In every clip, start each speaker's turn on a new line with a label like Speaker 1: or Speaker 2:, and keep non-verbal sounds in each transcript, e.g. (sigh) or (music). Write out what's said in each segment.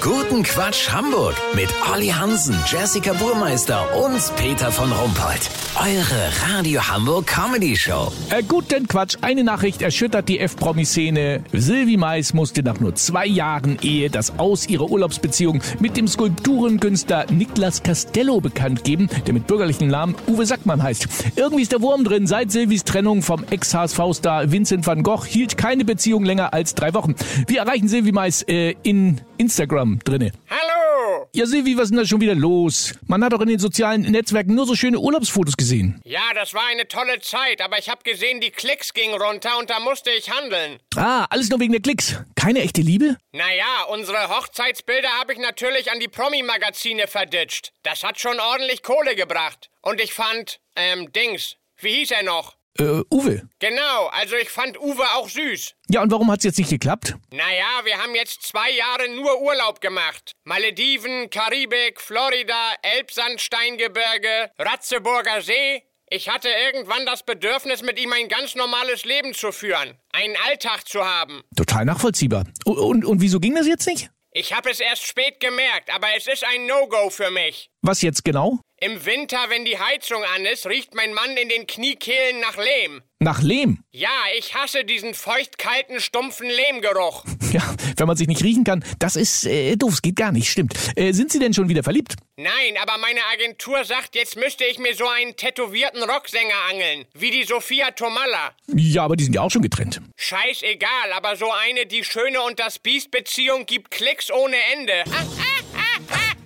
Speaker 1: Guten Quatsch Hamburg mit Olli Hansen, Jessica Burmeister und Peter von Rumpold. Eure Radio Hamburg Comedy Show.
Speaker 2: Äh, guten Quatsch. Eine Nachricht erschüttert die F-Promi-Szene. Sylvie Mais musste nach nur zwei Jahren Ehe das Aus ihrer Urlaubsbeziehung mit dem Skulpturenkünstler Niklas Castello bekannt geben, der mit bürgerlichen Namen Uwe Sackmann heißt. Irgendwie ist der Wurm drin. Seit Sylvies Trennung vom Ex-HSV-Star Vincent van Gogh hielt keine Beziehung länger als drei Wochen. Wir erreichen Sylvie Mais äh, in Instagram drinne.
Speaker 3: Hallo!
Speaker 2: Ja, Silvi, was ist denn da schon wieder los? Man hat doch in den sozialen Netzwerken nur so schöne Urlaubsfotos gesehen.
Speaker 3: Ja, das war eine tolle Zeit, aber ich habe gesehen, die Klicks gingen runter und da musste ich handeln.
Speaker 2: Ah, alles nur wegen der Klicks. Keine echte Liebe?
Speaker 3: Naja, unsere Hochzeitsbilder habe ich natürlich an die Promi-Magazine verditscht. Das hat schon ordentlich Kohle gebracht. Und ich fand, ähm, Dings, wie hieß er noch?
Speaker 2: Äh, Uwe.
Speaker 3: Genau, also ich fand Uwe auch süß.
Speaker 2: Ja, und warum hat's jetzt nicht geklappt?
Speaker 3: Naja, wir haben jetzt zwei Jahre nur Urlaub gemacht. Malediven, Karibik, Florida, Elbsandsteingebirge, Ratzeburger See. Ich hatte irgendwann das Bedürfnis, mit ihm ein ganz normales Leben zu führen, einen Alltag zu haben.
Speaker 2: Total nachvollziehbar. Und, und, und wieso ging das jetzt nicht?
Speaker 3: Ich habe es erst spät gemerkt, aber es ist ein No-Go für mich.
Speaker 2: Was jetzt genau?
Speaker 3: Im Winter, wenn die Heizung an ist, riecht mein Mann in den Kniekehlen nach Lehm.
Speaker 2: Nach Lehm. (laughs)
Speaker 3: Ja, ich hasse diesen feuchtkalten, stumpfen Lehmgeruch.
Speaker 2: Ja, wenn man sich nicht riechen kann, das ist äh, doof, es geht gar nicht, stimmt. Äh, sind Sie denn schon wieder verliebt?
Speaker 3: Nein, aber meine Agentur sagt, jetzt müsste ich mir so einen tätowierten Rocksänger angeln, wie die Sophia Tomalla.
Speaker 2: Ja, aber die sind ja auch schon getrennt.
Speaker 3: Scheißegal, aber so eine die Schöne und das Biest-Beziehung gibt Klicks ohne Ende. Ah.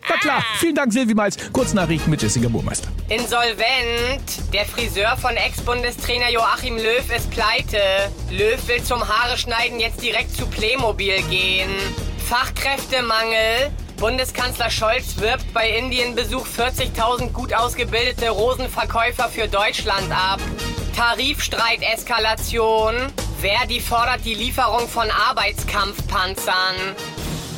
Speaker 2: Na klar, vielen Dank, Silvi Malz. Kurznachrichten mit Jessica Burmeister.
Speaker 4: Insolvent. Der Friseur von Ex-Bundestrainer Joachim Löw ist pleite. Löw will zum Haare schneiden jetzt direkt zu Playmobil gehen. Fachkräftemangel. Bundeskanzler Scholz wirbt bei Indienbesuch 40.000 gut ausgebildete Rosenverkäufer für Deutschland ab. Tarifstreiteskalation. Verdi fordert die Lieferung von Arbeitskampfpanzern.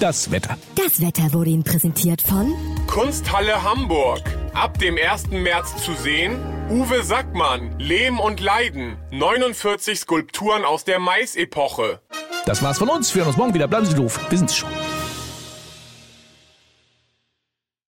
Speaker 2: Das Wetter.
Speaker 5: Das Wetter wurde Ihnen präsentiert von
Speaker 6: Kunsthalle Hamburg. Ab dem 1. März zu sehen Uwe Sackmann, Leben und Leiden. 49 Skulpturen aus der Maisepoche.
Speaker 2: Das war's von uns. Wir hören uns morgen wieder. Bleiben Sie doof. Wir sind's schon.